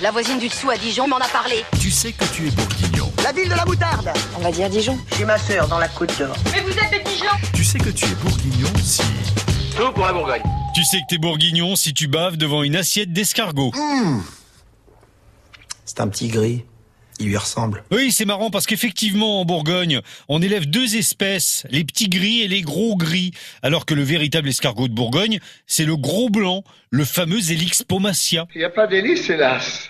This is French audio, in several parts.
La voisine du dessous à Dijon m'en a parlé. Tu sais que tu es bourguignon. La ville de la moutarde On va dire Dijon. J'ai ma sœur dans la Côte d'Or. Mais vous êtes des pigeons Tu sais que tu es bourguignon si... Tout pour la Bourgogne. Tu sais que t'es bourguignon si tu baves devant une assiette d'escargot. Mmh. C'est un petit gris. Il lui ressemble. Oui, c'est marrant parce qu'effectivement, en Bourgogne, on élève deux espèces, les petits gris et les gros gris, alors que le véritable escargot de Bourgogne, c'est le gros blanc, le fameux Elix pomacia. Il n'y a pas d'hélice, hélas.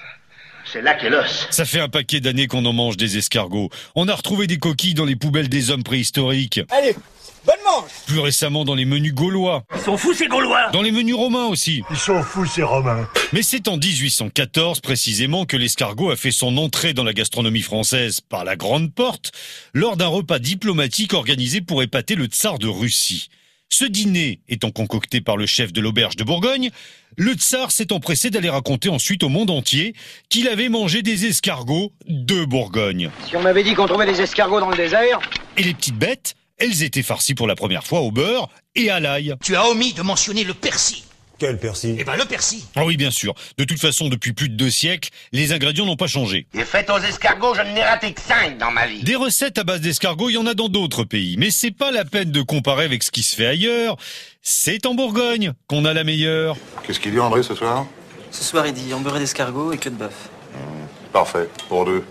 C'est là qu'est l'os. Ça fait un paquet d'années qu'on en mange des escargots. On a retrouvé des coquilles dans les poubelles des hommes préhistoriques. Allez, bonne manche Plus récemment dans les menus gaulois. Ils sont fous ces gaulois Dans les menus romains aussi. Ils sont fous ces romains. Mais c'est en 1814 précisément que l'escargot a fait son entrée dans la gastronomie française par la grande porte lors d'un repas diplomatique organisé pour épater le tsar de Russie. Ce dîner étant concocté par le chef de l'auberge de Bourgogne, le tsar s'est empressé d'aller raconter ensuite au monde entier qu'il avait mangé des escargots de Bourgogne. Si on m'avait dit qu'on trouvait des escargots dans le désert. Et les petites bêtes, elles étaient farcies pour la première fois au beurre et à l'ail. Tu as omis de mentionner le persil. Quel persil Eh ben le persil. Ah oui, bien sûr. De toute façon, depuis plus de deux siècles, les ingrédients n'ont pas changé. Et faites aux escargots, je n'ai raté que cinq dans ma vie. Des recettes à base d'escargots, il y en a dans d'autres pays. Mais c'est pas la peine de comparer avec ce qui se fait ailleurs. C'est en Bourgogne qu'on a la meilleure. Qu'est-ce qu'il y a, André, ce soir Ce soir, il dit beurre d'escargot et queue de bœuf. Mmh, parfait, pour deux.